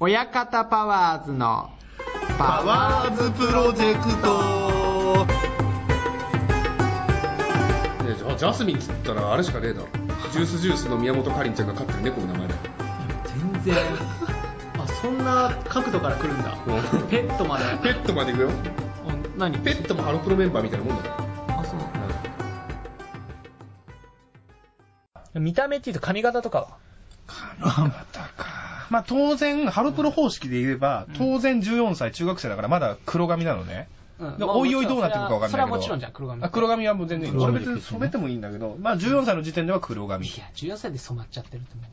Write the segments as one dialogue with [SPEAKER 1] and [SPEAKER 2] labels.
[SPEAKER 1] 親方パワーズの
[SPEAKER 2] パワーズプロジェクト
[SPEAKER 3] ねえあジャスミンっつったらあれしかねえなジュースジュースの宮本かりんちゃんが飼ってる猫の名前 だ
[SPEAKER 4] 全然 あそんな角度から来るんだ
[SPEAKER 3] うん
[SPEAKER 4] ペットまで
[SPEAKER 3] ペットまで行くよ
[SPEAKER 4] あ何
[SPEAKER 3] ペットもハロプロメンバーみたいなもんだから
[SPEAKER 4] あそう見た目っていうと髪型とかは
[SPEAKER 2] まあ当然、ハロプロ方式で言えば、当然14歳、中学生だからまだ黒髪なのね。
[SPEAKER 4] うん
[SPEAKER 2] で
[SPEAKER 4] まあ
[SPEAKER 2] おいおいどうなっていくかわかんないけど
[SPEAKER 4] それはもちろんじゃん、黒髪。
[SPEAKER 2] あ黒髪はもう全然いい。
[SPEAKER 4] 黒
[SPEAKER 2] 俺
[SPEAKER 4] 髪
[SPEAKER 2] 別に染めてもいいんだけど、まあ14歳の時点では黒髪
[SPEAKER 4] い。や、14歳で染まっちゃってると思う。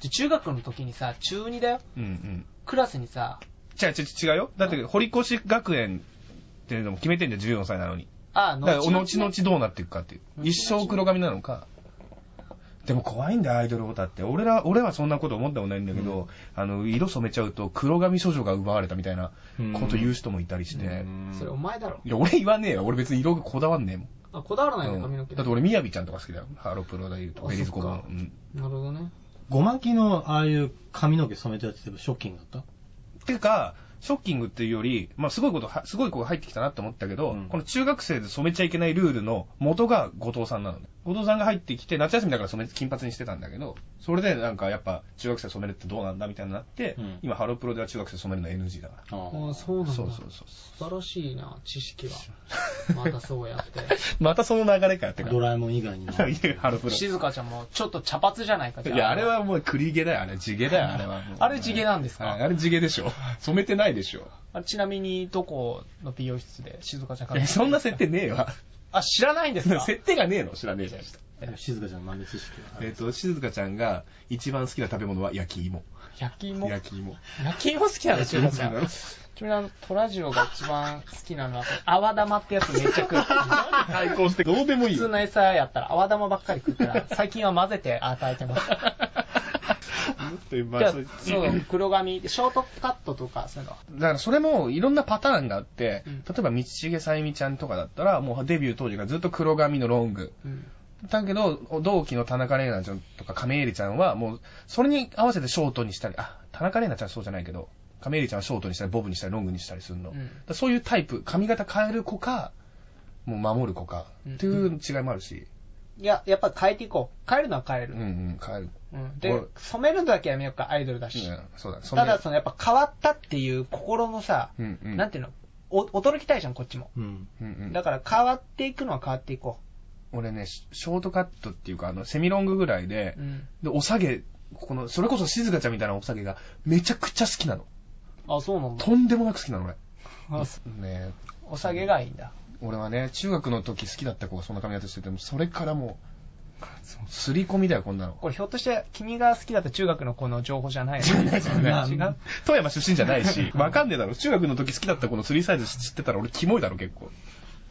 [SPEAKER 4] じゃ中学の時にさ、中2だよ。
[SPEAKER 2] うんうん。
[SPEAKER 4] クラスにさ、
[SPEAKER 2] 違う違う違うよ。だって、堀越学園っていうのも決めてんだよ、14歳なのに。
[SPEAKER 4] あ、
[SPEAKER 2] だから、後々
[SPEAKER 4] ね
[SPEAKER 2] どうなっていくかっていう。一生黒髪なのか。でも怖いんだよ、アイドルオタって。俺ら、俺はそんなこと思ったことないんだけど、あの、色染めちゃうと黒髪処女が奪われたみたいなこと言う人もいたりして。
[SPEAKER 4] それお前だろ。
[SPEAKER 2] いや、俺言わねえよ。俺別に色がこだわんねえもん。
[SPEAKER 4] あ、こだわらないの
[SPEAKER 2] う
[SPEAKER 4] 髪の
[SPEAKER 2] ん
[SPEAKER 4] 毛。
[SPEAKER 2] だって俺、みやびちゃんとか好きだよ。ハロプロで言うと。
[SPEAKER 4] あ
[SPEAKER 2] ベリーズコ
[SPEAKER 4] そっ
[SPEAKER 2] バ
[SPEAKER 4] か
[SPEAKER 2] うん。
[SPEAKER 4] なるほどね。
[SPEAKER 5] ごまきのああいう髪の毛染めたやつってショッキングだった
[SPEAKER 2] てか、ショッキングっていうより、まあ、すごいことは、すごい子が入ってきたなと思ったけど、この中学生で染めちゃいけないルールの元が後藤さんなのね。後藤さんが入ってきて、夏休みだから染め、金髪にしてたんだけど、それでなんかやっぱ、中学生染めるってどうなんだみたいになって、
[SPEAKER 5] うん
[SPEAKER 2] 今、ハロプロでは中学生染めるの NG だから。
[SPEAKER 5] あ
[SPEAKER 4] あ、そうなんだ。
[SPEAKER 2] そうそうそうそ
[SPEAKER 4] 素晴らしいな、知識は。 またそうや って。
[SPEAKER 2] う。またその流れかよってか。
[SPEAKER 5] ドラえもん以外にも。
[SPEAKER 2] いやハロプロ。
[SPEAKER 4] 静香ちゃんも、ちょっと茶髪じゃないか、じゃ
[SPEAKER 2] いや、あれ。はもう栗毛だよ、あれ。地毛だよ、あれはもう。
[SPEAKER 4] あれ地毛なんですか
[SPEAKER 2] はいあれ地毛でしょ。染めてないで しょ。
[SPEAKER 4] あちなみに、どこの美容室で静香ちゃんか
[SPEAKER 2] え、そんな設定ねえよ。
[SPEAKER 4] あ、知らないんですか
[SPEAKER 2] 設定がねえの知らねえじゃん。
[SPEAKER 5] 静香ちゃんの豆知識は。
[SPEAKER 2] えっ、と、静香ちゃんが一番好きな食べ物は焼き芋。
[SPEAKER 4] 焼き芋
[SPEAKER 2] 焼き芋。
[SPEAKER 4] 焼き芋好きなの、中華ちゃん
[SPEAKER 2] 焼き芋好きなの。
[SPEAKER 4] ちなみにあの、トラジオが一番好きなのは、泡玉ってやつめっち ゃ食う。
[SPEAKER 2] 対抗してどうでもい
[SPEAKER 4] 普
[SPEAKER 2] い
[SPEAKER 4] 通
[SPEAKER 2] よ。
[SPEAKER 4] の餌やったら泡玉ばっかり食うから、最近は混ぜて与えて ます。
[SPEAKER 2] というま
[SPEAKER 4] じゃ
[SPEAKER 2] あ
[SPEAKER 4] あ
[SPEAKER 2] そう
[SPEAKER 4] そう、黒髪、ショートカットとか、そういうのは。
[SPEAKER 2] だからそれもいろんなパターンがあって、
[SPEAKER 4] うん
[SPEAKER 2] 例えば道重さゆみちゃんとかだったら、もうデビュー当時からずっと黒髪のロング。
[SPEAKER 4] うん。
[SPEAKER 2] だけど、同期の田中玲奈ちゃんとか亀有ちゃんは、もう、それに合わせてショートにしたり、あ、田中玲奈ちゃんはそうじゃないけど、亀有ちゃんはショートにしたり、ボブにしたり、ロングにしたりするの。
[SPEAKER 4] うん
[SPEAKER 2] だからそういうタイプ、髪型変える子か、もう守る子か、っていう違いもあるし、
[SPEAKER 4] いや、やっぱ変えていこう。変えるのは変え
[SPEAKER 2] う
[SPEAKER 4] る
[SPEAKER 2] ん、う。ん、変える。
[SPEAKER 4] うん。で、染めるのだけはやめようか、アイドルだし。
[SPEAKER 2] うん、そうだ、そん
[SPEAKER 4] た
[SPEAKER 2] な
[SPEAKER 4] だ、その、やっぱ変わったっていう心のさ、
[SPEAKER 2] うんうん
[SPEAKER 4] なんていうの、お驚きたいじゃん、こっちも。
[SPEAKER 5] うん。
[SPEAKER 2] うんうん
[SPEAKER 4] だから変わっていくのは変わっていこ
[SPEAKER 2] 俺ね、シショートカットっていうか、あの、セミロングぐらいで
[SPEAKER 4] う。、うん。
[SPEAKER 2] で、お下げ、ここの、それこそ静香ちゃんみたいなお下げが、めちゃくちゃ好きなの。
[SPEAKER 4] あ、そうなんだ。
[SPEAKER 2] とんでもなく好きなの、俺。
[SPEAKER 4] あ
[SPEAKER 2] ね
[SPEAKER 4] お下げがいいんだ。
[SPEAKER 2] 俺はね、中学の時好きだった子がそんな髪型してて、もうそれからもう、すり込みだよ、こんなの。
[SPEAKER 4] これひょっとして君が好きだった中学の子の情報じゃないの違う
[SPEAKER 2] 富山出身じゃない し、わかんねえだろ。中学の時好きだった子のスリーサイズ知ってたら俺キモいだろ、結構。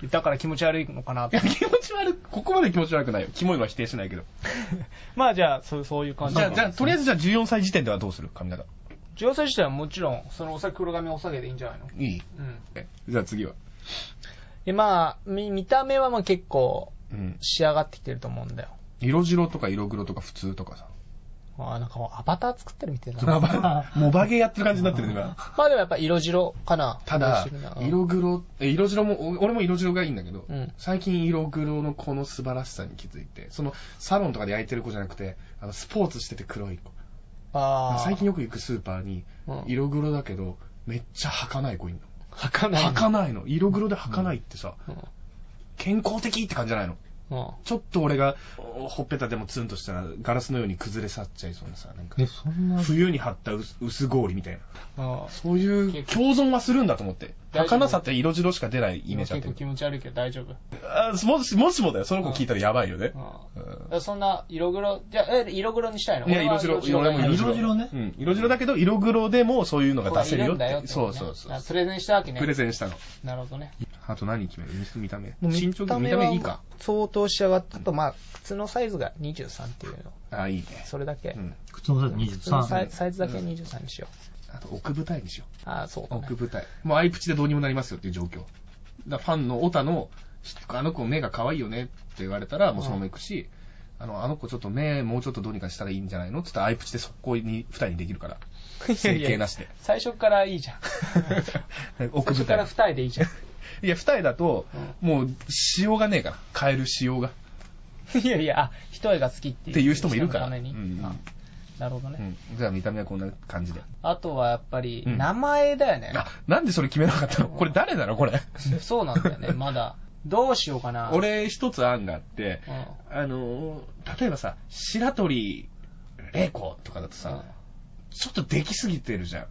[SPEAKER 4] だから気持ち悪いのかなっ
[SPEAKER 2] いや、
[SPEAKER 4] て。
[SPEAKER 2] 気持ち悪く、ここまで気持ち悪くないよ。キモいのは否定しないけど。
[SPEAKER 4] まあじゃあ、そうそういう感じ。
[SPEAKER 2] じゃあ、じゃあ、とりあえずじゃあ14歳時点ではどうする髪型。
[SPEAKER 4] 14歳自体はもちろん、そのお酒黒髪お下げでいいんじゃないの
[SPEAKER 2] いい
[SPEAKER 4] うん。
[SPEAKER 2] じゃあ次は。
[SPEAKER 4] で、まあ、み見た目はまあ結構
[SPEAKER 2] うん。
[SPEAKER 4] 仕上がってきてると思うんだよ。
[SPEAKER 2] 色白とか色黒とか普通とかさ。
[SPEAKER 4] あーなんかもうアバター作ってるみたいな。
[SPEAKER 2] モバゲーやってる感じになってる ね、今。
[SPEAKER 4] まあでもやっぱ色白かな。
[SPEAKER 2] ただ
[SPEAKER 4] 色白な、
[SPEAKER 2] 色黒、え色白も、お俺も色白がいいんだけど、
[SPEAKER 4] うん
[SPEAKER 2] 最近色黒の子の素晴らしさに気づいて、そのサロンとかで焼いてる子じゃなくて、あのスポーツしてて黒い子。
[SPEAKER 4] あー
[SPEAKER 2] 最近よく行くスーパーに
[SPEAKER 4] うん、
[SPEAKER 2] 色黒だけど、めっちゃ儚い子いんの。
[SPEAKER 4] 儚い。
[SPEAKER 2] 儚いの。色黒で儚いってさ、
[SPEAKER 4] うん
[SPEAKER 2] 健康的って感じじゃないの。
[SPEAKER 4] うん。
[SPEAKER 2] ちょっと俺が、おほっぺたでもツンとしたら、ガラスのように崩れ去っちゃいそうなさ、なんか
[SPEAKER 5] え、、そんな。
[SPEAKER 2] 冬に張った薄薄氷みたいな。
[SPEAKER 4] うん
[SPEAKER 2] そういう共存はするんだと思って。
[SPEAKER 4] 大丈夫
[SPEAKER 2] 儚さって色白しか出ないイメージあ
[SPEAKER 4] 結
[SPEAKER 2] って
[SPEAKER 4] 構
[SPEAKER 2] る。
[SPEAKER 4] 気持ち悪いけど大丈夫。
[SPEAKER 2] あもし、もしもだよ。その子聞いたらやばいよね。
[SPEAKER 4] うんだからそんな色黒、じゃあ、え色黒にしたいの
[SPEAKER 2] いや、色白、
[SPEAKER 4] 俺
[SPEAKER 2] 俺
[SPEAKER 4] は
[SPEAKER 2] も
[SPEAKER 4] がいい
[SPEAKER 2] 色白。
[SPEAKER 5] 色白ね
[SPEAKER 2] うん。色白だけど、色黒でもそういうのが出せるよ
[SPEAKER 4] ここにいんだ
[SPEAKER 2] って。
[SPEAKER 4] って
[SPEAKER 2] そ
[SPEAKER 4] こと
[SPEAKER 2] う
[SPEAKER 4] ね
[SPEAKER 2] そうそう
[SPEAKER 4] あ。プレゼンしたわけね。
[SPEAKER 2] プレゼンしたの。
[SPEAKER 4] なるほどね。
[SPEAKER 2] あと何決める見た目。身長見た
[SPEAKER 4] は
[SPEAKER 2] 目いいか。
[SPEAKER 4] 相当仕上がった。あと、まあ、靴のサイズが23っていうの。
[SPEAKER 2] あ、いいね。
[SPEAKER 4] それだけ。
[SPEAKER 2] うん
[SPEAKER 5] 靴のサイズ
[SPEAKER 4] 靴のサイ
[SPEAKER 5] 23。
[SPEAKER 4] サイズだけ23にしよ
[SPEAKER 2] あと、奥舞台にしよ
[SPEAKER 4] う。ああ、そう
[SPEAKER 2] う。
[SPEAKER 4] だね
[SPEAKER 2] 奥。舞台。もうアイプチでどうにもなりますよっていう状況。だからファンのオタの、あの子目が可愛いよねって言われたら、もうそのまま行くし、 あの、あの子ちょっと目もうちょっとどうにかしたらいいんじゃないのって言ったらアイプチで速攻に、二人にできるから。 整形なしで。
[SPEAKER 4] 最初からいいじゃん。
[SPEAKER 2] 奥
[SPEAKER 4] 最初
[SPEAKER 2] 舞
[SPEAKER 4] から
[SPEAKER 2] 台。
[SPEAKER 4] 二重でいい じゃん。
[SPEAKER 2] いや、二重だと、もう、仕様がねえから。変える仕様が。
[SPEAKER 4] いやいや、あ、一重が好きっていう。
[SPEAKER 2] っていう人もいるから
[SPEAKER 4] 人のために
[SPEAKER 2] うん
[SPEAKER 4] あなるほど
[SPEAKER 2] う
[SPEAKER 4] ね。
[SPEAKER 2] ん。じゃあ見た目はこんな感じで。
[SPEAKER 4] あとはやっぱり、
[SPEAKER 2] うん
[SPEAKER 4] 名前だよね。
[SPEAKER 2] あ、なんでそれ決めなかったのこれ誰なのこれ。
[SPEAKER 4] そうなん だよね、まだ。どうしようかな。
[SPEAKER 2] 俺、一つ案があって、
[SPEAKER 4] うん、
[SPEAKER 2] あのー、例えばさ、白鳥玲子とかだ
[SPEAKER 4] うん
[SPEAKER 2] とさ、ちょっとできすぎてるじゃん。
[SPEAKER 4] あ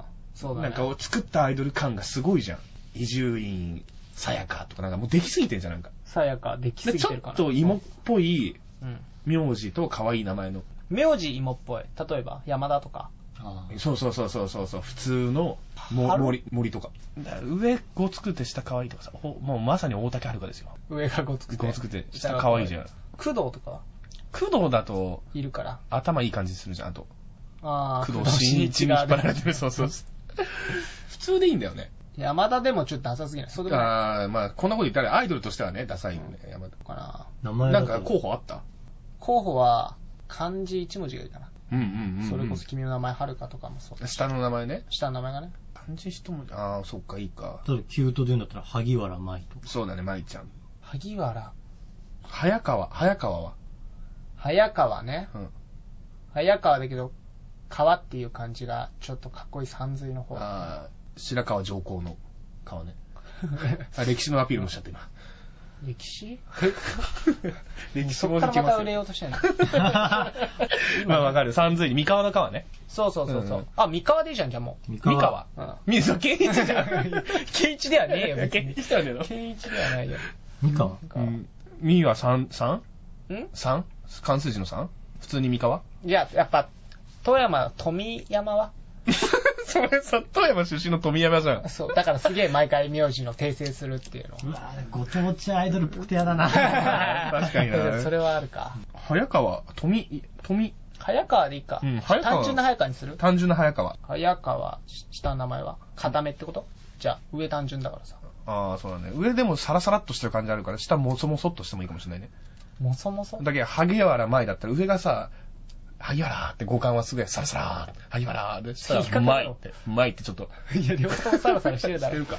[SPEAKER 4] あ、そうだ
[SPEAKER 2] な
[SPEAKER 4] ね。
[SPEAKER 2] んか作ったアイドル感がすごいじゃん。伊集院さやかとかなんかもうできすぎてんじゃん、なんか。
[SPEAKER 4] さやか、できすぎ
[SPEAKER 2] でち
[SPEAKER 4] て
[SPEAKER 2] ょ
[SPEAKER 4] るか
[SPEAKER 2] っ
[SPEAKER 4] な。
[SPEAKER 2] と芋っぽい
[SPEAKER 4] うん。
[SPEAKER 2] 名字と可愛い名前の。
[SPEAKER 4] 名字芋っぽい。例えば、山田とか。
[SPEAKER 5] あー
[SPEAKER 2] そうそうそうそうそうそう、普通のも
[SPEAKER 4] 春
[SPEAKER 2] 森森とか。だから上ごつくて下可愛いとかさ、ほもうまさに大竹遥ですよ。
[SPEAKER 4] 上がごつくて。
[SPEAKER 2] ごつくて下可愛いじゃん。
[SPEAKER 4] 工藤とか
[SPEAKER 2] 工藤だと
[SPEAKER 4] いるから。
[SPEAKER 2] 頭いい感じするじゃん、あと。
[SPEAKER 4] ああ、
[SPEAKER 2] 工藤新一に引っ張られ
[SPEAKER 4] ね
[SPEAKER 2] てる。そうそう そう。普通でいいんだよね。
[SPEAKER 4] 山田でもちょっとダサすぎない。そうでもない
[SPEAKER 2] ああ、まあこんなこと言ったらアイドルとしてはね、ダサいよね、山田。
[SPEAKER 4] のかな。
[SPEAKER 5] 名前
[SPEAKER 2] な
[SPEAKER 5] だ
[SPEAKER 2] ん
[SPEAKER 5] と
[SPEAKER 2] か候補あった
[SPEAKER 4] 候補は、漢字一文字がいいかな。
[SPEAKER 2] うんうんうんうん。
[SPEAKER 4] それこそ君の名前はるかとか もそう。
[SPEAKER 2] 下の名前ね。
[SPEAKER 4] 下の名前がね。
[SPEAKER 2] 漢字一文字。ああ、そっか、いいか。
[SPEAKER 5] 例えばキュートで言うんだったら、萩原舞とか。
[SPEAKER 2] そうだね、舞ちゃん。
[SPEAKER 4] 萩原、
[SPEAKER 2] 早川、早川は。
[SPEAKER 4] 早川ね。
[SPEAKER 2] うん
[SPEAKER 4] 早川だけど、川っていう感じが、ちょっとかっこいい山水の方。
[SPEAKER 2] ああ、白川上皇の川ね。あ歴史のアピールもしちゃって今。
[SPEAKER 4] 歴史
[SPEAKER 2] 歴史
[SPEAKER 4] そ
[SPEAKER 2] も
[SPEAKER 4] っ
[SPEAKER 2] で
[SPEAKER 4] か
[SPEAKER 2] き
[SPEAKER 4] らま
[SPEAKER 2] ま
[SPEAKER 4] た
[SPEAKER 2] す
[SPEAKER 4] 売れ
[SPEAKER 2] よ。
[SPEAKER 4] ようとしてるの。
[SPEAKER 2] まあわかる。三髄に三河の川ね。
[SPEAKER 4] そうそうそうそう、
[SPEAKER 2] うん
[SPEAKER 4] あ、三河でいいじゃん、じゃあも う。
[SPEAKER 5] 三
[SPEAKER 2] 三河。
[SPEAKER 4] うん。
[SPEAKER 2] 水野健一じゃん。
[SPEAKER 4] ケイチではねえよ、別
[SPEAKER 2] 健
[SPEAKER 4] に。
[SPEAKER 2] 一だねえの。
[SPEAKER 4] ケイチではないよ。
[SPEAKER 5] 三河。
[SPEAKER 2] うん。三は三、三
[SPEAKER 4] ん
[SPEAKER 2] 三関数字の三普通に三河
[SPEAKER 4] いや、やっぱ、富山、富山は
[SPEAKER 2] それさ、富山出身の富山じゃん。
[SPEAKER 4] そう、だからすげえ毎回名字の訂正するっていうの。
[SPEAKER 5] うわーご当地アイドルっぽくてやだな。
[SPEAKER 2] 確かにな
[SPEAKER 4] それはあるか。
[SPEAKER 2] 早川、富、富、
[SPEAKER 4] 早川でいいか。
[SPEAKER 2] うん早川
[SPEAKER 4] 単純な早川にする
[SPEAKER 2] 単純な早川。
[SPEAKER 4] 早川、し下の名前は固めってことじゃあ、上単純だからさ。
[SPEAKER 2] ああ、そうだね。上でもサラサラっとしてる感じあるから、下もそもそっとしてもいいかもしれないね。
[SPEAKER 4] もそもそ
[SPEAKER 2] だけど、萩原前だったら上がさ、萩原って五感はすぐやサラサラー、萩原でした
[SPEAKER 4] 言い方
[SPEAKER 2] ら、
[SPEAKER 4] だろ
[SPEAKER 2] 前って、前ってちょっと、
[SPEAKER 4] いや、両方サラサラしてるだろ。
[SPEAKER 2] か。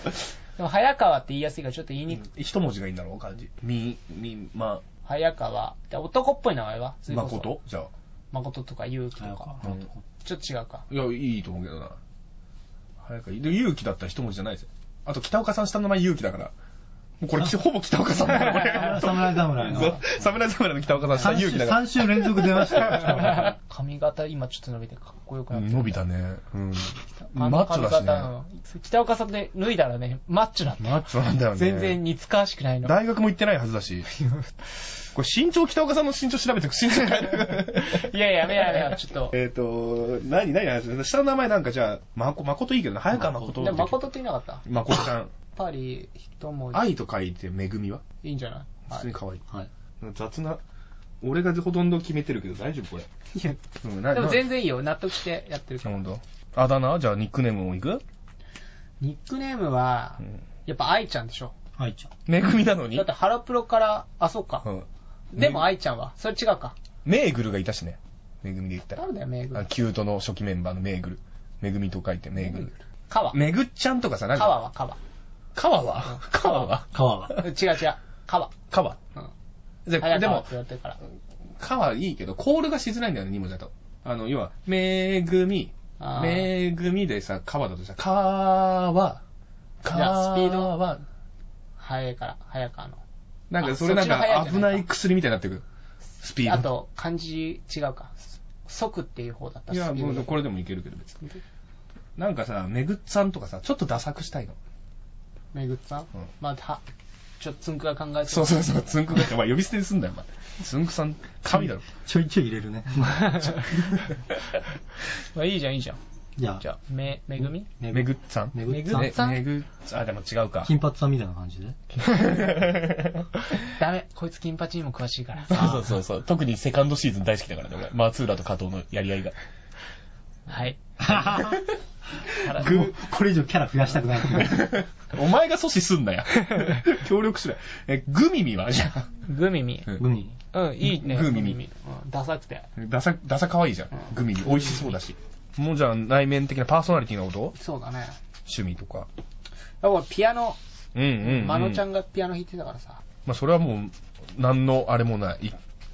[SPEAKER 4] でも、早川って言いやすいからちょっと言いにくい。
[SPEAKER 2] 一文字がいいんだろう、感じ。み、み、ま、
[SPEAKER 4] 早川。で男っぽい名前はそれこそ
[SPEAKER 2] 誠じゃあ。
[SPEAKER 4] 誠とか勇気とか。
[SPEAKER 2] うん
[SPEAKER 4] ちょっと違うか。
[SPEAKER 2] いや、いいと思うけどな。早川。で、勇気だったら一文字じゃないですよ。あと、北岡さん下の名前勇気だから。もう これ、ほぼ北岡さんだよ、こ れ。
[SPEAKER 5] 侍侍
[SPEAKER 2] そう
[SPEAKER 5] の。
[SPEAKER 2] 侍侍の北岡さん下
[SPEAKER 5] 三
[SPEAKER 2] 勇
[SPEAKER 5] 週
[SPEAKER 2] 気だから。
[SPEAKER 5] 三週連続出ましたよ。
[SPEAKER 4] 髪型今ちょっと伸びてかっこよくなってる。
[SPEAKER 2] 伸びたね。うん。
[SPEAKER 4] あ
[SPEAKER 2] マ
[SPEAKER 4] の
[SPEAKER 2] ッチョ
[SPEAKER 4] 髪
[SPEAKER 2] だ
[SPEAKER 4] 型
[SPEAKER 2] しね。
[SPEAKER 4] の北岡さんで脱いだらね、マッチョなんだ
[SPEAKER 2] マッチョなんだよね。
[SPEAKER 4] 全然。似つかわしくないの。
[SPEAKER 2] 大学も行ってないはずだし。これ身長、北岡さんの身長調べて、身長変え
[SPEAKER 4] いやいや、やめやめやめ、ちょっと。
[SPEAKER 2] えっと、何、何話す下の名前なんかじゃあ、まこ、まことい いけどな。早川まこと。
[SPEAKER 4] でも、誠って言いなかったやっ
[SPEAKER 2] まこちゃん。
[SPEAKER 4] ぱり、一文字。
[SPEAKER 2] 愛と書いて、めぐみはい
[SPEAKER 4] いんじゃない
[SPEAKER 2] 普通に可愛い。
[SPEAKER 5] はい。
[SPEAKER 2] 雑な。俺がほとんど決めてるけど大丈夫これ。
[SPEAKER 4] いや
[SPEAKER 2] うん、な
[SPEAKER 4] でも全然いいよ。納得してやってるから。
[SPEAKER 2] 本当。あだ名じゃあニックネームもいく
[SPEAKER 4] ニックネームは
[SPEAKER 2] うん、
[SPEAKER 4] やっぱ愛ちゃんでしょ。
[SPEAKER 5] はい、ちゃん。
[SPEAKER 2] めぐみなのに
[SPEAKER 4] だってハロプロから、あ、そっか
[SPEAKER 2] う。ん。
[SPEAKER 4] でも愛ちゃんは、それ違うか。
[SPEAKER 2] メーグルがいたしね。めぐみで言ったら。
[SPEAKER 4] 誰だよ、メイ
[SPEAKER 2] あ
[SPEAKER 4] グ。
[SPEAKER 2] キュートの初期メンバーのメーグル。めぐみと書いてメーグル。
[SPEAKER 4] 川。
[SPEAKER 2] めぐっちゃんとかさ、なんか。
[SPEAKER 4] 川は川。
[SPEAKER 2] 川は川は
[SPEAKER 5] 川は。
[SPEAKER 4] 違う違う。川。
[SPEAKER 2] 川。
[SPEAKER 4] うん
[SPEAKER 2] で
[SPEAKER 4] 早
[SPEAKER 2] で
[SPEAKER 4] 川っ
[SPEAKER 2] も
[SPEAKER 4] て、言われてるから。
[SPEAKER 2] 川いいけど、コールがしづらいんだよね、2文字だと。あの、要は、めぐみ、
[SPEAKER 4] あー
[SPEAKER 2] めぐみでさ、川だとしたら、川、
[SPEAKER 4] じゃあスピード
[SPEAKER 2] 川、
[SPEAKER 4] 早いから、早川の。
[SPEAKER 2] なんか、
[SPEAKER 4] あ
[SPEAKER 2] それな
[SPEAKER 4] そっ
[SPEAKER 2] ん
[SPEAKER 4] ちの速いじゃな、
[SPEAKER 2] か
[SPEAKER 4] い
[SPEAKER 2] 危ない薬みたいになってくる。スピード。
[SPEAKER 4] あと、漢字違うか。即っていう方だった
[SPEAKER 2] いや、
[SPEAKER 4] スピー
[SPEAKER 2] も
[SPEAKER 4] ド
[SPEAKER 2] うこれでもいけるけど、別に。なんかさ、めぐっさんとかさ、ちょっとダサくしたいの。
[SPEAKER 4] めぐっさん、
[SPEAKER 2] うん
[SPEAKER 4] まあ、は、ちょっとつんくが考えてる
[SPEAKER 2] そうそうそう、つんくがって、お前呼び捨てにすんだよ、お前。つんくさん、神だろ。
[SPEAKER 5] ちょいちょい入れるね。
[SPEAKER 4] まあ、いいじゃん、いいじゃん。
[SPEAKER 5] じゃ
[SPEAKER 4] じゃ
[SPEAKER 5] あ、
[SPEAKER 4] あ、め、めぐみ
[SPEAKER 2] めぐっさん。
[SPEAKER 5] め
[SPEAKER 4] ぐ
[SPEAKER 5] ぐ
[SPEAKER 4] っ
[SPEAKER 5] っ
[SPEAKER 4] さ
[SPEAKER 5] さ
[SPEAKER 4] ん
[SPEAKER 5] ん。
[SPEAKER 2] めめぐっあ、でも違うか。
[SPEAKER 5] 金髪さんみたいな感じで。
[SPEAKER 4] ダメ、こいつ金八にも詳しい から。
[SPEAKER 2] そうそうそう。特にセカンドシーズン大好きだからね、俺。松浦と加藤のやり合いが。
[SPEAKER 4] はい。
[SPEAKER 5] もうこれ以上キャラ増やしたくない。
[SPEAKER 2] お前が阻止すんなや。協力しろや。え、グミミはじゃ
[SPEAKER 4] グミミ。
[SPEAKER 5] グミ。
[SPEAKER 4] うん、いいね。
[SPEAKER 2] グミミ
[SPEAKER 4] うん。ダサくて。
[SPEAKER 2] あ。ダサ、ダサ可愛いじゃん。グミミ。美味しそうだし。もうじゃあ内面的なパーソナリティのこと
[SPEAKER 4] そうだね。
[SPEAKER 2] 趣味とか。
[SPEAKER 4] だからピアノ、
[SPEAKER 2] うんうん、うん。
[SPEAKER 4] まのちゃんがピアノ弾いてたからさ。
[SPEAKER 2] まあそれはもう、何のあれもない。い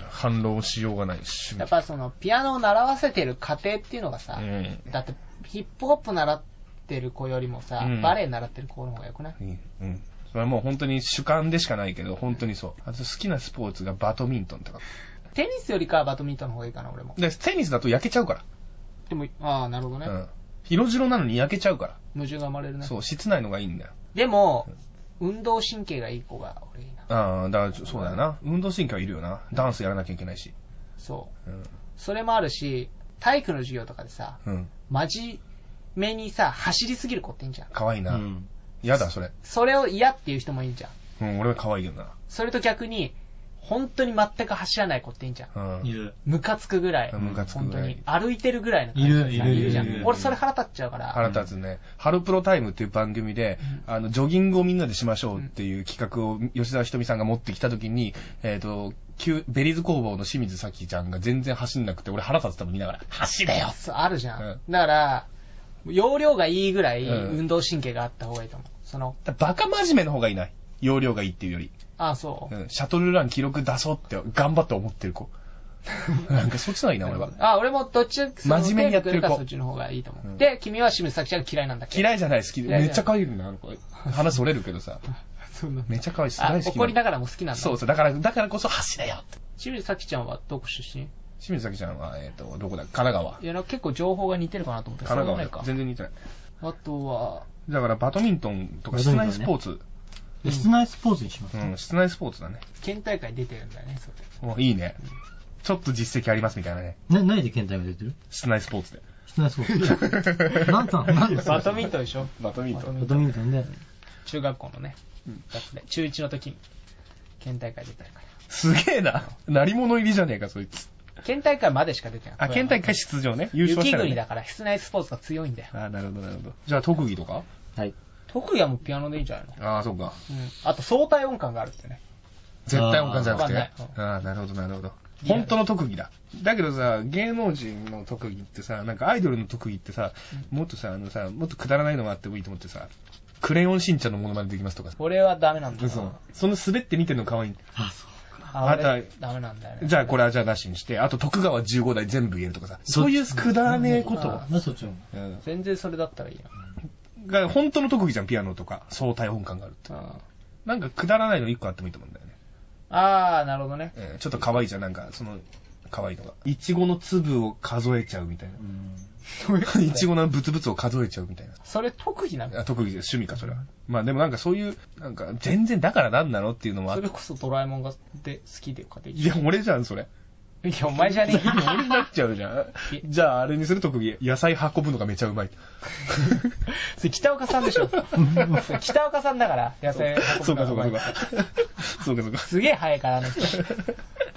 [SPEAKER 2] 反論しようがない。趣味。
[SPEAKER 4] やっぱその、ピアノを習わせてる過程っていうのがさ、
[SPEAKER 2] うん。
[SPEAKER 4] だって、ヒップホップ習ってる子よりもさ、
[SPEAKER 2] うん
[SPEAKER 4] バレエ習ってる子の方が良くない
[SPEAKER 2] いいうん。それはもう本当に主観でしかないけど、本当にそう。あと好きなスポーツがバドミントンとか。
[SPEAKER 4] テニスよりかはバドミントンの方がいいかな、俺も。
[SPEAKER 2] で、テニスだと焼けちゃうか
[SPEAKER 4] でも、ああ、なるほどね
[SPEAKER 2] ら。。うん。色白なのに焼けちゃうか
[SPEAKER 4] 矛盾が生まれる
[SPEAKER 2] ら。
[SPEAKER 4] ね。
[SPEAKER 2] そう、室内のがいいんだよ。
[SPEAKER 4] でも、運動神経がいい子が俺いいな。
[SPEAKER 2] ああ、だからちょそうだよな。運動神経はいるよな。ダンスやらなきゃいけないし。
[SPEAKER 4] そう。
[SPEAKER 2] うん
[SPEAKER 4] それもあるし、体育の授業とかでさ、
[SPEAKER 2] うん。
[SPEAKER 4] 真面目にさ、走りすぎる子っていいんじゃん。
[SPEAKER 2] 可愛いうな。
[SPEAKER 5] ん。
[SPEAKER 2] 嫌だ、それ。
[SPEAKER 4] それを嫌っていう人もいいんじゃん。
[SPEAKER 2] うん、俺は可愛いけどな。
[SPEAKER 4] それと逆に、本当に全く走らない子っていいんじゃん。
[SPEAKER 2] うん。
[SPEAKER 5] いる。
[SPEAKER 4] ムカつくぐらい。
[SPEAKER 2] ムカつく
[SPEAKER 4] 本
[SPEAKER 2] ぐ
[SPEAKER 4] 当
[SPEAKER 2] ら
[SPEAKER 4] に
[SPEAKER 2] い。
[SPEAKER 4] 歩いてるぐらいの感じでさ
[SPEAKER 5] いるいるいる
[SPEAKER 4] じゃん
[SPEAKER 5] いる
[SPEAKER 4] 俺それ腹立っちゃうから。
[SPEAKER 2] 腹立つね。ハロプロタイムっていう番組で、あの、ジョギングをみんなでしましょうっていう企画を吉沢ひとみさんが持ってきたときに、えっ、と、旧ベリーズ工房の清水咲ちゃんが全然走んなくて、俺腹立つたもん見ながら、走れよ
[SPEAKER 4] そうあるじゃん。
[SPEAKER 2] うん
[SPEAKER 4] だから、容量がいいぐらい
[SPEAKER 2] うん
[SPEAKER 4] 運動神経があった方がいいと思う。その、
[SPEAKER 2] バカ真面目の方がいない。容量がいいっていうより。
[SPEAKER 4] ああ、そうう。
[SPEAKER 2] ん、シャトルラン記録出そうって頑張って思って る子。なんかそっちの方がいいな、俺は。
[SPEAKER 4] ああ、俺もどっち、その
[SPEAKER 2] 真面目にやって
[SPEAKER 4] 手
[SPEAKER 2] る子
[SPEAKER 4] が来かそっちの方がいいと思う。
[SPEAKER 2] うん
[SPEAKER 4] で、君は清水咲ちゃんが嫌いなんだっけ
[SPEAKER 2] 嫌いじゃない、好きで。
[SPEAKER 4] 嫌いじゃな
[SPEAKER 2] め
[SPEAKER 4] い
[SPEAKER 2] っちゃ可愛いんだ、あの子。話それるけどさ。
[SPEAKER 4] そうなんだ
[SPEAKER 2] めっちゃ可愛いし、
[SPEAKER 4] あ
[SPEAKER 2] 大好き
[SPEAKER 4] 怒りな
[SPEAKER 2] な
[SPEAKER 4] がらも好きなんだ。
[SPEAKER 2] そうそう、だから、だからこそ走れよって。
[SPEAKER 4] 清水咲ちゃんはどこ出身
[SPEAKER 2] 清水咲ちゃんは、えっ、と、どこだ神奈川。
[SPEAKER 4] いや、なんか結構情報が似てるかなと思って。
[SPEAKER 2] 神
[SPEAKER 4] そうでもな
[SPEAKER 2] 奈
[SPEAKER 4] いか
[SPEAKER 2] 川。全然似てない。
[SPEAKER 4] あとは、
[SPEAKER 2] だからバドミントンとか
[SPEAKER 5] バ
[SPEAKER 2] 室
[SPEAKER 5] ドミントン
[SPEAKER 2] 内
[SPEAKER 5] ね
[SPEAKER 2] スポーツ。
[SPEAKER 5] で室内スポーツにします。
[SPEAKER 2] うん、室内スポーツだね。
[SPEAKER 4] 県大会出てるんだよね、それ。
[SPEAKER 2] おいいね。ちょっと実績ありますみたいなね。
[SPEAKER 5] な、何で検体が出てる
[SPEAKER 2] 室内スポーツで。
[SPEAKER 5] 室内スポー ツ。なんか、な んか、
[SPEAKER 4] バドミントンでしょ
[SPEAKER 2] バドミン
[SPEAKER 4] バドミ
[SPEAKER 5] バ
[SPEAKER 4] ント
[SPEAKER 5] ド
[SPEAKER 4] ン。
[SPEAKER 5] ミントンで。
[SPEAKER 4] 中学校のね、やつで。中1の時に、県大会出てるか
[SPEAKER 2] すげえな。何者入りじゃねえか、そいつ。
[SPEAKER 4] ら。県大会までしか出てない。
[SPEAKER 2] あ、県大会出場ね。優勝し
[SPEAKER 4] 雪
[SPEAKER 2] たら、
[SPEAKER 4] 国
[SPEAKER 2] ね
[SPEAKER 4] だ。から室内スポーツが強いんだよ。
[SPEAKER 2] あ、なるほど、なるほど。じゃあ特技とか
[SPEAKER 5] はい。
[SPEAKER 4] 特技はもうピアノでいいんじゃないの
[SPEAKER 2] ああ、そうか。
[SPEAKER 4] うん。あと相対音感があるってね。
[SPEAKER 2] 絶対音感じゃなくて。
[SPEAKER 4] あ
[SPEAKER 2] あ
[SPEAKER 4] ー
[SPEAKER 2] あー、なるほど、なるほど。本当の特技だ。だけどさ、芸能人の特技ってさ、なんかアイドルの特技ってさ、もっとさ、あのさ、もっとくだらないのがあってもいいと思ってさ、クレヨンしんちゃんのものまねできますとかさ。
[SPEAKER 4] 俺はダメなんだな。
[SPEAKER 2] そう。その滑って見てるの可愛い。
[SPEAKER 4] あ、
[SPEAKER 2] あとは
[SPEAKER 4] 俺ダメなんだよね。
[SPEAKER 2] じゃあこれはじゃあなしにして、あと徳川15代全部言えるとかさ、そういうくだらねえことを。
[SPEAKER 5] な、そっちも。
[SPEAKER 2] うん
[SPEAKER 4] 全然それだったらいいや。
[SPEAKER 2] が本当の特技じゃん、ピアノとか、相対音感があるって。
[SPEAKER 4] うん。
[SPEAKER 2] なんかくだらないの一個あってもいいと思うんだよね。
[SPEAKER 4] あー、なるほどね。
[SPEAKER 2] えーちょっと可愛いじゃん、なんか、その、可愛いのが。いちごの粒を数えちゃうみた いな。いちごのブツブツを数えちゃうみたいな。
[SPEAKER 4] それ特技なの
[SPEAKER 2] あ特技で趣味か、それは。まあでもなんかそういう、なんか全然だからなんなのっていうのもあ
[SPEAKER 4] そ
[SPEAKER 2] っ
[SPEAKER 4] れこそドラえもんがで好きでかでき
[SPEAKER 2] いや、俺じゃん、それ。
[SPEAKER 4] る。いや、お前じゃねえ
[SPEAKER 2] 俺になっちゃうじゃん。じゃあ、あれにする特技、野菜運ぶのがめちゃうま い。
[SPEAKER 4] それ北岡さんでし ょ。それ北岡さんだから、野生
[SPEAKER 2] そうか、そうか、そうか。 そうか、そうか。
[SPEAKER 4] すげえ早いから、あの人。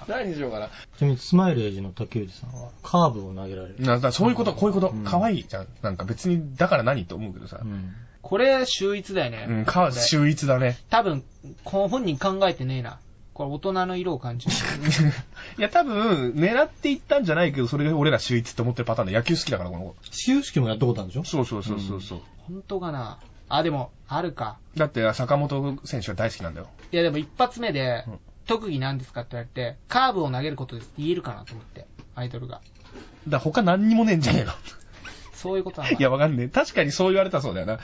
[SPEAKER 2] 何しようかな。
[SPEAKER 5] ちなみに、スマイルエイジの竹内さんは、カーブを投げられる。
[SPEAKER 2] だからそういうこと、こういうこと、可愛いじゃん。なんか別に、だから何と思うけどさ
[SPEAKER 5] う。ん。
[SPEAKER 4] これ、秀逸だよね。
[SPEAKER 2] うん、か、秀逸だね。
[SPEAKER 4] 多分、こ本人考えてねえな。これ、大人の色を感じ る。
[SPEAKER 2] いや、多分、狙っていったんじゃないけど、それが俺ら秀逸って思ってるパターンで、野球好きだから、この
[SPEAKER 5] 始球式もやったことあるでしょ
[SPEAKER 2] 子。そうそうそうそう。そう
[SPEAKER 4] 本当かなあ、でも、あるか。
[SPEAKER 2] だって、坂本選手が大好きなんだよ。
[SPEAKER 4] いや、でも一発目で
[SPEAKER 2] うん、
[SPEAKER 4] 特技何ですかって言われて、カーブを投げることですって言えるかなと思って、アイドルが。
[SPEAKER 2] だから他何にもねえんじゃねえの。
[SPEAKER 4] そういうことなの
[SPEAKER 2] い
[SPEAKER 4] かな。
[SPEAKER 2] や、わかんねえ。確かにそう言われたらそうだよな。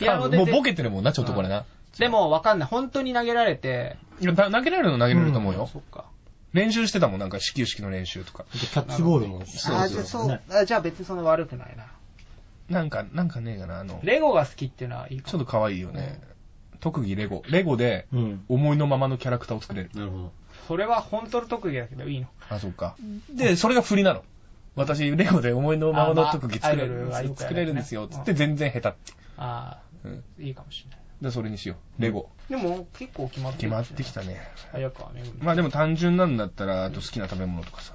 [SPEAKER 4] いやもう
[SPEAKER 2] もうボケてるもんな、ちょっとこれな。
[SPEAKER 4] でも、わかんない。本当に投げられて、
[SPEAKER 2] いや、だ投げられるの投げられると思うよ。
[SPEAKER 4] そっか。
[SPEAKER 2] 練習してたもん、なんか始球式の練習とか。
[SPEAKER 5] でキャッチボールも。
[SPEAKER 2] そう
[SPEAKER 4] あ、じゃあそう
[SPEAKER 5] ね、
[SPEAKER 4] あじゃあ別にそんな悪くないな。
[SPEAKER 2] なんか、なんかねえかな、あの、
[SPEAKER 4] レゴが好きっていうのはいいか
[SPEAKER 2] ちょっと可愛いよね。特技レゴ。レゴで、
[SPEAKER 5] うん。
[SPEAKER 2] 思いのままのキャラクターを作れる。
[SPEAKER 5] なるほど。
[SPEAKER 4] それは本当の特技だけどいいの。
[SPEAKER 2] あ、そうか。で、それが振りなの。私、レゴで思いのままの特技作れ
[SPEAKER 4] あ
[SPEAKER 2] る、
[SPEAKER 4] まあアイドルはよくや
[SPEAKER 2] 作
[SPEAKER 4] るね
[SPEAKER 2] れるんですよ。つって全然下手って。
[SPEAKER 4] ああ、
[SPEAKER 2] うん
[SPEAKER 4] いいかもしれない。
[SPEAKER 2] で、それにしよう。レゴ。
[SPEAKER 4] でも、結構決まって
[SPEAKER 2] 決まってきたね。
[SPEAKER 4] た。早くはめぐみ。
[SPEAKER 2] まあでも単純なんだったら、あと好きな食べ物とかさ。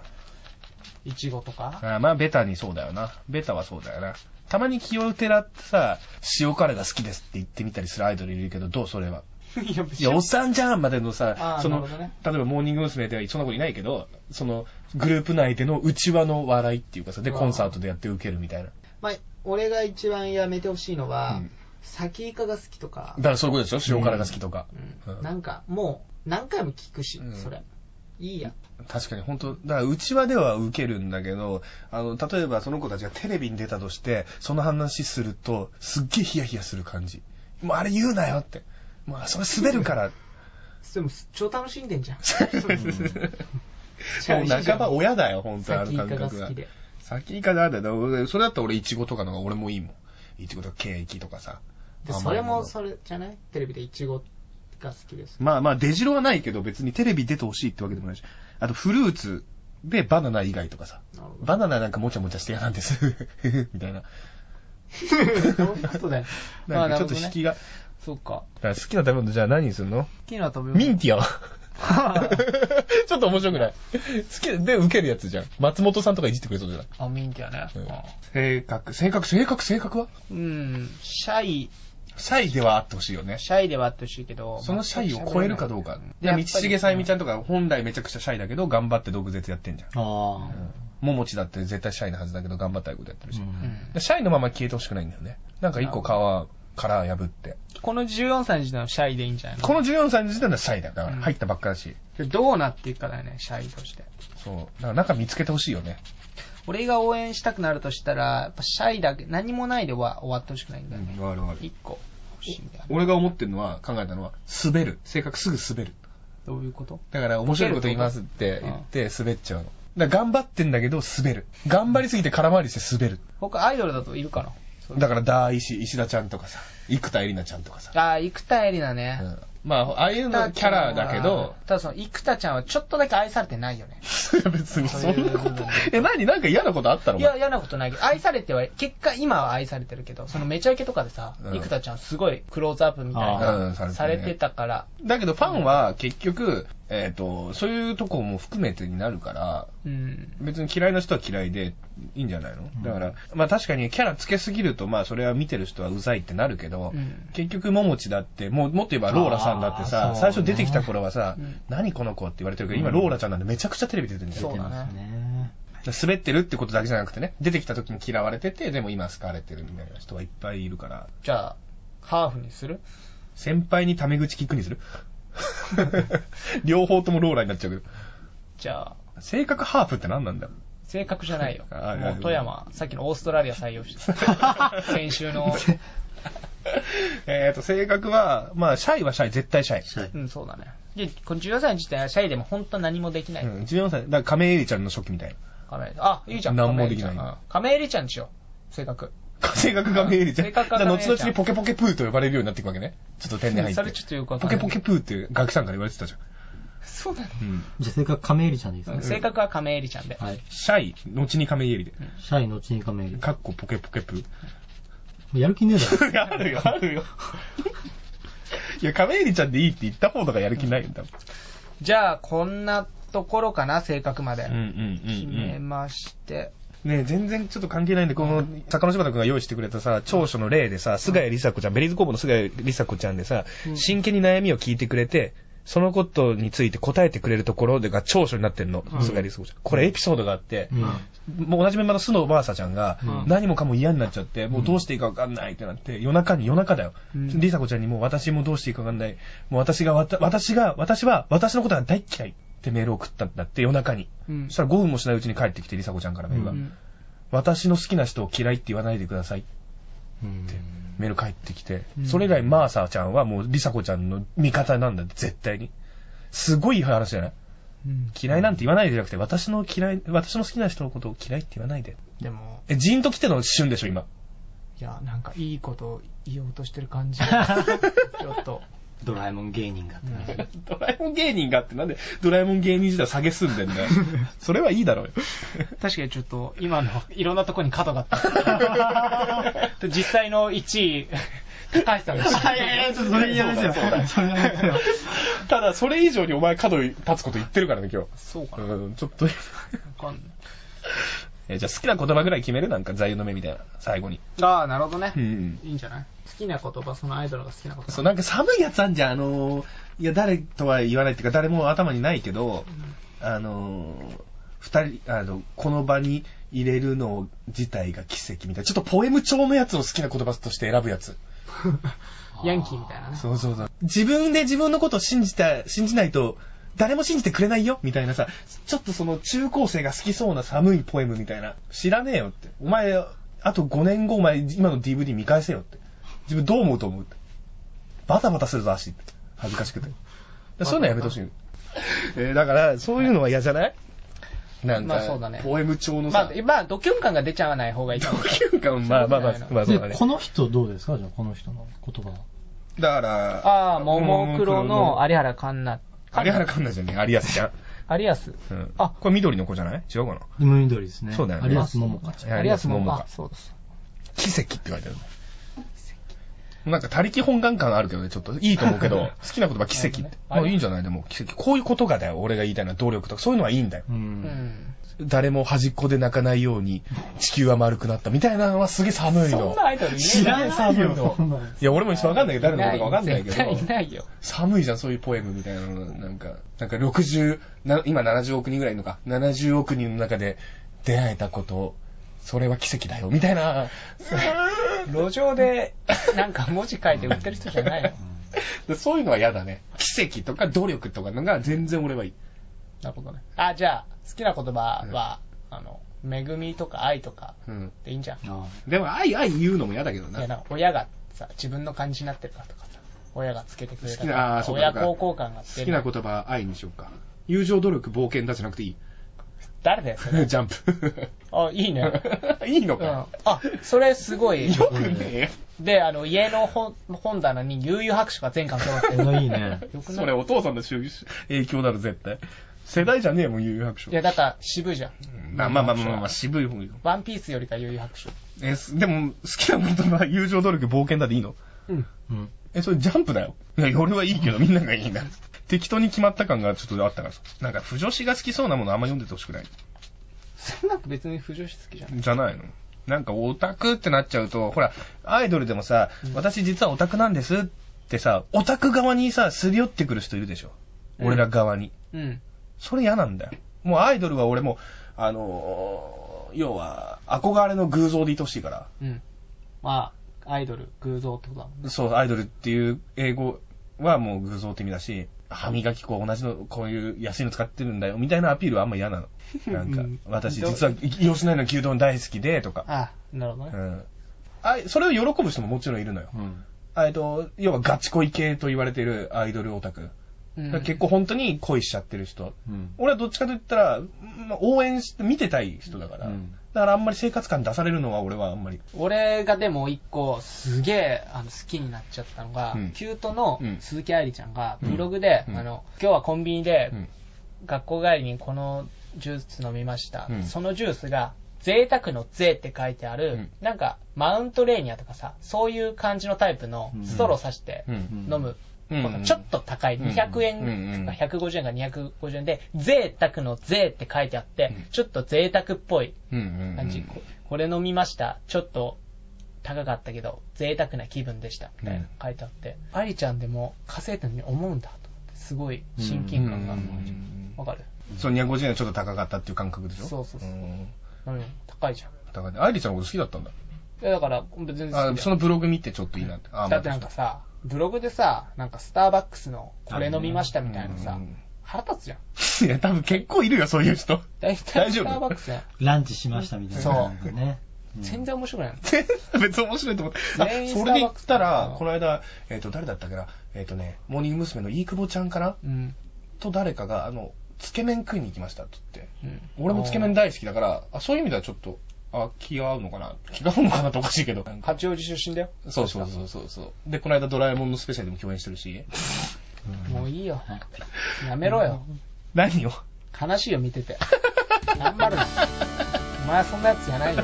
[SPEAKER 4] いちごとか
[SPEAKER 2] あまあベタにそうだよな。ベタはそうだよな。たまに気をてらってさ、塩辛が好きですって言ってみたりするアイドルいるけど、どうそれは。
[SPEAKER 4] いや、別
[SPEAKER 2] い
[SPEAKER 4] に
[SPEAKER 2] や、おっさんじゃんまでのさ
[SPEAKER 4] あ、ー
[SPEAKER 2] その、
[SPEAKER 4] なるほど
[SPEAKER 2] 例
[SPEAKER 4] ね
[SPEAKER 2] えばモーニング娘。ではそんなこといないけど、その、グループ内での内輪の笑いっていうかさ、で、
[SPEAKER 4] うわ
[SPEAKER 2] コンサートでやって受けるみたいな。
[SPEAKER 1] まあ、俺が一番やめてほしいのは、
[SPEAKER 2] うん
[SPEAKER 1] サキイカが好きとか
[SPEAKER 2] だ、からそういうことでしょ塩辛が好きとか。
[SPEAKER 1] うん
[SPEAKER 2] うん
[SPEAKER 1] なんかもう何回も聞くし、
[SPEAKER 2] うん
[SPEAKER 1] それ。いいや。
[SPEAKER 2] 確かに本当だからうちわでは受けるんだけど、あの、例えばその子たちがテレビに出たとして、その話すると、すっげえヒヤヒヤする感じ。もうあれ言うなよって。まあ、それ滑るから。
[SPEAKER 1] でも、超楽しんでんじ ゃん。
[SPEAKER 2] もう半ば親だよ、本当
[SPEAKER 4] サ
[SPEAKER 2] あの
[SPEAKER 4] キイカ
[SPEAKER 2] 感
[SPEAKER 4] が
[SPEAKER 2] 覚
[SPEAKER 4] 好
[SPEAKER 2] が
[SPEAKER 4] き。で。
[SPEAKER 2] 先イカなんだよな。それだったら俺、イチゴとかの方が俺もいいもん。イチゴとかケーキとかさ。
[SPEAKER 1] で
[SPEAKER 2] 甘い
[SPEAKER 1] それ
[SPEAKER 2] も
[SPEAKER 1] も
[SPEAKER 2] の
[SPEAKER 1] それじゃないテレビでイチゴが好きです。
[SPEAKER 2] まあまあ、出城はないけど、別にテレビ出てほしいってわけでもないし。あと、フルーツでバナナ以外とかさ。
[SPEAKER 1] なるほど。
[SPEAKER 2] バナナなんかもちゃもちゃして嫌なんです。 みたいな。
[SPEAKER 4] そういうことだよ。
[SPEAKER 2] なんかちょっ
[SPEAKER 4] まあなるほど
[SPEAKER 2] と
[SPEAKER 4] ね
[SPEAKER 2] 引きが。
[SPEAKER 4] そうか。
[SPEAKER 2] だから好きな食べ物じゃあ何にするの
[SPEAKER 4] 好きな食べ
[SPEAKER 2] ミ
[SPEAKER 4] 物。
[SPEAKER 2] ン ティアはちょっと面白くない好きで受けるやつじゃん。松本さんとかいじってくれそうじゃない
[SPEAKER 4] あ、ミンティアね。
[SPEAKER 2] 性格、性格、性格、性格は
[SPEAKER 4] うん。シャイ、
[SPEAKER 2] シャイではあってほしいよね。
[SPEAKER 4] シャイではあってほしいけど。
[SPEAKER 2] そのシャイを超えるかどうか。
[SPEAKER 4] でやっぱ
[SPEAKER 2] 道
[SPEAKER 4] り
[SPEAKER 2] 重さゆみちゃんとか本来めちゃくちゃシャイだけど、頑張って毒舌やってんじゃん。
[SPEAKER 5] あ
[SPEAKER 2] ももちだって絶対シャイなはずだけど、頑張ったことやってるし。
[SPEAKER 4] う
[SPEAKER 5] あ。
[SPEAKER 4] ん。
[SPEAKER 2] シャイのまま消えてほしくないんだよね。なんか一個皮から破って。
[SPEAKER 4] この14歳の時代はシャイでいいんじゃないの
[SPEAKER 2] この14歳の時点ではシャイだよ。だから
[SPEAKER 4] うん
[SPEAKER 2] 入ったばっかだし。
[SPEAKER 4] どうなっていくかだよね、シャイとして。
[SPEAKER 2] そう。だからなんか見つけてほしいよね。
[SPEAKER 4] 俺が応援したくなるとしたら、やっぱシャイだけ、何もないで終わ終わってほしくないんだよね。
[SPEAKER 2] わかるわかる。
[SPEAKER 4] 一個欲しいんだよね。
[SPEAKER 2] 俺が思ってるのは、考えたのは、滑る。性格すぐ滑る。
[SPEAKER 4] どういうこと
[SPEAKER 2] だから面白いこと言いますって言って滑っちゃうの。だから頑張ってんだけど滑る。頑張りすぎて空回りして滑る。
[SPEAKER 4] 僕アイドルだといるかな
[SPEAKER 2] だから、ダー石、石田ちゃんとかさ、生田絵梨奈ちゃんとかさ。
[SPEAKER 4] あー、生田絵梨奈ね。
[SPEAKER 2] うんまあ、ああいうのキャラだけど、
[SPEAKER 4] ただその、生田ちゃんはちょっとだけ愛されてないよね。
[SPEAKER 2] 別にそんなこと。え、何なんか嫌なことあったの
[SPEAKER 4] いや、嫌なことないけど、愛されては、結果今は愛されてるけど、そのめちゃイケとかでさ、
[SPEAKER 2] うん
[SPEAKER 4] 生田ちゃんすごいクローズアップみたい
[SPEAKER 2] あ
[SPEAKER 4] な、
[SPEAKER 2] ーうんさ
[SPEAKER 4] され
[SPEAKER 2] れてるね
[SPEAKER 4] てたから、
[SPEAKER 2] だけど、ファンは結局、えっ、と、そういうとこも含めてになるから、
[SPEAKER 4] うん。
[SPEAKER 2] 別に嫌いな人は嫌いでいいんじゃないのだから、まあ確かにキャラつけすぎると、まあそれは見てる人はうざいってなるけど、
[SPEAKER 4] うん
[SPEAKER 2] 結局、ももちだって、もう、もっと言えばローラさんだってさ、
[SPEAKER 5] あーそうね
[SPEAKER 2] 最初出てきた頃はさ、
[SPEAKER 4] うん
[SPEAKER 2] 何この子って言われてるけど、今ローラちゃんなんでめちゃくちゃテレビ出てるんだよ。
[SPEAKER 4] そうだね
[SPEAKER 5] ですね。
[SPEAKER 2] 滑ってるってことだけじゃなくてね、出てきた時に嫌われてて、でも今好かれてるみたいな人はいっぱいいるから、
[SPEAKER 4] じゃあ、ハーフにする
[SPEAKER 2] 先輩にタメ口聞くに する両方ともローラになっちゃうけど。
[SPEAKER 4] じゃあ、
[SPEAKER 2] 性格ハーフって何なんだろ
[SPEAKER 4] 正確じゃないよ。
[SPEAKER 2] ああ
[SPEAKER 4] もう富山、さっきのオーストラリア採用して、 先週の、
[SPEAKER 2] うえっと、性格は、まあ、シャイはシャイ、絶対シャイ。
[SPEAKER 5] シャイ
[SPEAKER 4] うん、そうだね。で、この14歳の時点はシャイでも本当何もできない。
[SPEAKER 2] うん、14歳、だから亀井絵里ちゃんの初期みたいな。
[SPEAKER 4] 亀井あ、いいじゃん。
[SPEAKER 2] 何もできない
[SPEAKER 4] 亀井ちゃんうん亀井里ちゃんにしよう。性格。
[SPEAKER 2] 性格亀井絵里ちゃん。
[SPEAKER 4] 性格が亀井絵
[SPEAKER 2] 後
[SPEAKER 4] 里ちゃん
[SPEAKER 2] 々にポケポケプーと呼ばれるようになっていくわけね。ちょっと天然入って。
[SPEAKER 4] それちょっとよくわか
[SPEAKER 2] ポ
[SPEAKER 4] んない
[SPEAKER 2] ケポケプーって学さんから言われてたじゃん。
[SPEAKER 4] そうな
[SPEAKER 2] うん。
[SPEAKER 5] じゃあ、それから亀入ちゃんでいいです
[SPEAKER 4] の
[SPEAKER 5] か
[SPEAKER 4] 性格は亀井里ちゃんで。
[SPEAKER 5] はい。
[SPEAKER 2] シャイ、後に亀井絵里
[SPEAKER 5] シャイのうちに亀入
[SPEAKER 2] で。かっこポケポ ケプー。
[SPEAKER 5] やる気ねえだろ。
[SPEAKER 2] いやあるよ、あるよ。いや、亀入ちゃんでいいって言った方とかやる気ないんだもん。
[SPEAKER 4] じゃあ、こんなところかな、性格まで。
[SPEAKER 2] ん
[SPEAKER 4] 決めまして。
[SPEAKER 2] ねえ全然ちょっと関係ないんで、この、坂野柴田君が用意してくれたさ、長所の例でさ、菅谷梨紗子ちゃん、ベリーズ工房の菅谷梨紗子ちゃんでさ、真剣に悩みを聞いてくれて、そのことについて答えてくれるところでが長所になってんの、菅谷梨紗子ちゃん。これエピソードがあって、
[SPEAKER 5] うん。
[SPEAKER 2] もう同じメンバーの須野おばあさちゃんが、
[SPEAKER 4] うん
[SPEAKER 2] 何もかも嫌になっちゃって、もうどうしていいかわかんないってなって、夜中に夜中だよ。
[SPEAKER 4] うん
[SPEAKER 2] りさこちゃんにもう私もどうしていいかわかんない。もう私がわた、私が、私は、私のことが大嫌いってメールを送ったんだって夜中に。
[SPEAKER 4] うん
[SPEAKER 2] そしたら5分もしないうちに帰ってきて、りさこちゃんからメールが、
[SPEAKER 4] うん
[SPEAKER 2] 私の好きな人を嫌いって言わないでくださいって
[SPEAKER 5] うん。
[SPEAKER 2] メール返ってきて、
[SPEAKER 4] うん
[SPEAKER 2] それ以来マーサーちゃんはもうりさこちゃんの味方なんだって、絶対に。すごいいい話じゃない
[SPEAKER 4] うん
[SPEAKER 2] 嫌いなんて言わないでじゃなくて、私の嫌い、私の好きな人のことを嫌いって言わないで。
[SPEAKER 4] でも、
[SPEAKER 2] え、ジーンと来ての旬でしょ、今。
[SPEAKER 4] いや、なんかいいこと言おうとしてる 感じ。ちょっと。
[SPEAKER 5] ドラえもん芸人が。
[SPEAKER 2] ドラえもん芸人があってなんでドラえもん芸人時代下げすんでんだよ。 それはいいだろうよ。
[SPEAKER 4] 確かにちょっと、今の、いろんなとこに角があ った。実際の1位、高橋さんです。
[SPEAKER 5] いやいや、ちょっとそれ嫌ですよ。それ嫌ですよ。
[SPEAKER 2] ただ、それ以上にお前角立つこと言ってるからね、今日。
[SPEAKER 4] そうかな。
[SPEAKER 2] うん、ちょっと。
[SPEAKER 4] わかんない
[SPEAKER 2] えーじゃあ好きな言葉ぐらい決めるなんか座右の目みたいな、最後に。
[SPEAKER 1] ああ、なるほどね
[SPEAKER 2] う。ん。
[SPEAKER 1] いいんじゃない好きな言葉、そのアイドルが好きな言葉。
[SPEAKER 2] そ う、なんか寒いやつあんじゃん。あのーいや、誰とは言わないっていうか、誰も頭にないけど、あのー二人、あの、この場に入れるの自体が奇跡みたいな。ちょっとポエム調のやつを好きな言葉として選ぶやつ。
[SPEAKER 1] ヤンキーみたいなね。
[SPEAKER 2] そうそうそう。自分で自分のことを信じた、信じないと、誰も信じてくれないよみたいなさ、ちょっとその中高生が好きそうな寒いポエムみたいな。知らねえよって。お前、あと5年後、お前、今の DVD 見返せよって。自分どう思うと思うって。バタバタするぞ、足って。恥ずかしくて。だからそういうのやめてほしい。えーだから、そういうのは嫌じゃないなんか、
[SPEAKER 4] まあそうだね
[SPEAKER 2] ポエム調の
[SPEAKER 4] ま
[SPEAKER 2] さ
[SPEAKER 4] あ、、まあ、ドキュン感が出ちゃわない方がいいと思う。
[SPEAKER 2] 9巻、まあまあまあ、まあそうだ
[SPEAKER 5] で、
[SPEAKER 2] ね
[SPEAKER 5] こ。の人どうですかじゃあ、この人の言葉。
[SPEAKER 2] だから、
[SPEAKER 4] ああ、ももクロの有原かんな、
[SPEAKER 2] 有原かんなじゃねえ、有安ちゃん。
[SPEAKER 4] 有安。
[SPEAKER 2] うん
[SPEAKER 4] あ
[SPEAKER 2] これ緑の子じゃない違うかな
[SPEAKER 5] 緑ですね。
[SPEAKER 2] そうだよね
[SPEAKER 5] 有安桃香ちゃん。
[SPEAKER 2] 有安桃香
[SPEAKER 4] あそうです。
[SPEAKER 2] 奇跡って書いてある。なんか、他力本願感あるけどね、ちょっと。いいと思う けど、好きな言葉奇跡って。まあいいんじゃないでも、奇跡。こういうことがだよ、俺が言いたいのは努力とか、そういうのはいいんだよ。
[SPEAKER 4] うん。
[SPEAKER 2] 誰も端っこで泣かないように、地球は丸くなったみたいなのはすげえ寒い
[SPEAKER 4] そん
[SPEAKER 2] の。
[SPEAKER 4] なアイドルいねえ
[SPEAKER 2] 知らん寒いの
[SPEAKER 5] そんなの。
[SPEAKER 2] いや、俺も一緒わかんないけど、誰のことかわかんないけ
[SPEAKER 4] 絶対い
[SPEAKER 2] ど、
[SPEAKER 4] ないよ。
[SPEAKER 2] 寒いじゃん、そういうポエムみたいなの。なんか、なんか60、な今70億人ぐらいいるのか、70億人の中で出会えたこと、それは奇跡だよ、みたいな。
[SPEAKER 4] 路上で、 なんか文字書いて売ってる人じゃないの。
[SPEAKER 2] でそういうのは嫌だね。奇跡とか努力とかのが全然俺はいい。
[SPEAKER 4] なるほどね。あ、じゃあ、好きな言葉は、あの、恵みとか愛とか
[SPEAKER 2] うん。
[SPEAKER 4] でいいんじゃん。
[SPEAKER 5] あ
[SPEAKER 2] でも、愛愛言うのも嫌だけど
[SPEAKER 4] いや、
[SPEAKER 2] な。
[SPEAKER 4] なんか親がさ、自分の感じになってるからとかさ、親がつけてくれた
[SPEAKER 2] 好き
[SPEAKER 4] か
[SPEAKER 2] なあー
[SPEAKER 4] ら、
[SPEAKER 2] そうか
[SPEAKER 4] 親
[SPEAKER 2] そうか
[SPEAKER 4] 孝行感が出
[SPEAKER 2] 好
[SPEAKER 4] る
[SPEAKER 2] きな言葉、愛にしようか。友情、努力、冒険だじゃなくていい。
[SPEAKER 4] 誰だよ、そ
[SPEAKER 2] ジ
[SPEAKER 4] れ。
[SPEAKER 2] ャ ンプ。
[SPEAKER 4] あ、いい ね。
[SPEAKER 2] いいの
[SPEAKER 4] うん。あ
[SPEAKER 2] か。、
[SPEAKER 4] それすごい。
[SPEAKER 2] よくね
[SPEAKER 4] で、あの、家の本本棚に悠々白書が全巻揃って
[SPEAKER 5] あ。
[SPEAKER 4] る。
[SPEAKER 5] のいいね。
[SPEAKER 4] よく
[SPEAKER 2] そ
[SPEAKER 4] ない
[SPEAKER 2] れお父さんの影響だろ、絶対。世代じゃねえもん、有白書
[SPEAKER 4] い。や、だから渋いじゃん。
[SPEAKER 2] まあまあまあまあまあ、渋い方よ。
[SPEAKER 4] ワンピースよりか悠々白書。
[SPEAKER 2] えーすでも、好きな言葉、友情、努力、冒険だでいいの
[SPEAKER 5] うん。
[SPEAKER 2] え、それジャンプだよ。いや、俺はいいけど、みんながいいな。適当に決まった感がちょっとあったからさ。なんか、不女子が好きそうなものあんま読んでてほしくない。
[SPEAKER 4] そんなの別に不女子好きじゃん。
[SPEAKER 2] じゃないのなんかオタクってなっちゃうと、ほら、アイドルでもさ、私実はオタクなんですってさ、オタク側にさ、すり寄ってくる人いるでしょ。
[SPEAKER 4] うん
[SPEAKER 2] 俺ら側に。
[SPEAKER 4] うん。
[SPEAKER 2] それ嫌なんだよ。もうアイドルは俺も、あのー要は、憧れの偶像でいてほしいから。
[SPEAKER 4] うん。まあ、アイドル、偶像ってことだもんね。
[SPEAKER 2] そう、アイドルっていう英語はもう偶像って意味だし、歯磨き粉同じの、こういう安いの使ってるんだよ、みたいなアピールはあんま嫌なの。なんか、私実は吉野家の牛丼大好きで、とか。
[SPEAKER 4] ああ、なるほど
[SPEAKER 2] う
[SPEAKER 4] ね。
[SPEAKER 2] ん。あそれを喜ぶ人ももちろんいるのよ。
[SPEAKER 5] うん。
[SPEAKER 2] えっと、要はガチ恋系と言われてるアイドルオタク。
[SPEAKER 4] うん
[SPEAKER 2] 結構本当に恋しちゃってる人。
[SPEAKER 5] うん。
[SPEAKER 2] 俺はどっちかと言ったら、まあ応援して、見てたい人だから。
[SPEAKER 5] うん
[SPEAKER 2] だからあんまり生活感出されるのは俺はあんまり。
[SPEAKER 4] 俺がでも一個すげえあの好きになっちゃったのが、
[SPEAKER 2] うん
[SPEAKER 4] キュートの
[SPEAKER 2] うん
[SPEAKER 4] 鈴木愛理ちゃんがブログで、
[SPEAKER 2] うん
[SPEAKER 4] あの今日はコンビニで
[SPEAKER 2] うん
[SPEAKER 4] 学校帰りにこのジュース飲みました、
[SPEAKER 2] うん
[SPEAKER 4] そのジュースが贅沢の贅って書いてある、
[SPEAKER 2] うん
[SPEAKER 4] なんかマウントレーニアとかさそういう感じのタイプのストローさして
[SPEAKER 2] うん。
[SPEAKER 4] 飲む、
[SPEAKER 2] うん
[SPEAKER 4] このちょっと高い
[SPEAKER 2] うん
[SPEAKER 4] 200
[SPEAKER 2] うん
[SPEAKER 4] 円とか150円か250円で贅沢の贅って書いてあって、ちょっと贅沢っぽい
[SPEAKER 2] うんうんうん
[SPEAKER 4] 感じ、ここれ飲みました。ちょっと高かったけど、贅沢な気分でした。みたいな書いてあって、ありちゃんでも稼いだのに思うんだと思って、すごい親近感があるの
[SPEAKER 2] うんうんうん
[SPEAKER 4] わかる
[SPEAKER 2] その250円はちょっと高かったっていう感覚でしょ
[SPEAKER 4] そうそうそう
[SPEAKER 2] うん
[SPEAKER 4] うん、高いじゃん。
[SPEAKER 2] 高いね。アイリちゃんのこと好きだったんだ。
[SPEAKER 4] いやだから、別に好
[SPEAKER 2] あ
[SPEAKER 4] きだ
[SPEAKER 2] そ
[SPEAKER 4] よ
[SPEAKER 2] のブログ見てちょっといいなって。あ
[SPEAKER 4] だってなんかさ、ブログでさ、なんかスターバックスのこれ飲みましたみたいなさ、腹立つじゃん。
[SPEAKER 2] いや、多分結構いるよ、そういう人。
[SPEAKER 4] 大
[SPEAKER 2] 大
[SPEAKER 4] 体
[SPEAKER 2] 丈
[SPEAKER 4] ス
[SPEAKER 2] 夫
[SPEAKER 4] ターバックスやん。
[SPEAKER 5] ランチしましたみたいな。
[SPEAKER 4] そう
[SPEAKER 5] ね。
[SPEAKER 4] 全然面白くないの。
[SPEAKER 2] 別に面白いと思って。あ
[SPEAKER 4] 全員
[SPEAKER 2] それで言った
[SPEAKER 4] スターバックスだ
[SPEAKER 2] ら
[SPEAKER 4] な、
[SPEAKER 2] この間、えっ、と、誰だったっけな、えっ、とね、モーニング娘。の飯久保ちゃんかな
[SPEAKER 4] うん。
[SPEAKER 2] と誰かが、あの、つけ麺食いに行きましたって言って。
[SPEAKER 4] うん
[SPEAKER 2] 俺もつけ麺大好きだから、あそういう意味ではちょっと、あ、気が合うのかな気が合うのかなっておかしいけど。
[SPEAKER 4] 八王子出身だよ。
[SPEAKER 2] そうそうそうそうそう。で、この間ドラえもんのスペシャルでも共演してるし。
[SPEAKER 4] もういいよ。やめろよ。
[SPEAKER 2] 何を
[SPEAKER 4] 悲しいよ、見てて。頑張るな。お前はそんなやつじゃないよ。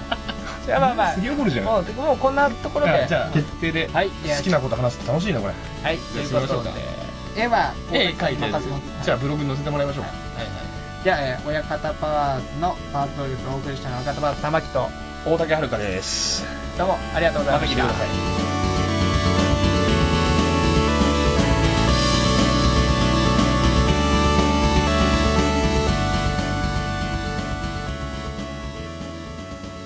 [SPEAKER 4] じゃあまあまあ、
[SPEAKER 2] すげえ怒るじゃん。
[SPEAKER 4] もう、もうこんなところ
[SPEAKER 2] あ
[SPEAKER 4] で。
[SPEAKER 2] じゃあ、決定で、
[SPEAKER 4] はい、
[SPEAKER 2] 好きなこと話すと楽しいな、これ。
[SPEAKER 4] はい、ということで
[SPEAKER 2] じゃあ。
[SPEAKER 4] 絵は、
[SPEAKER 2] 絵描い
[SPEAKER 4] 任
[SPEAKER 2] て
[SPEAKER 4] せます、
[SPEAKER 2] じゃあブログに載せてもらいましょうか。
[SPEAKER 4] はいはいじゃあ、えー親方パワーズのパーソナリティとお送りしたのは、親方パワーズ玉木と、
[SPEAKER 2] 大竹遥です。
[SPEAKER 4] どうもありがとうございました。
[SPEAKER 2] い。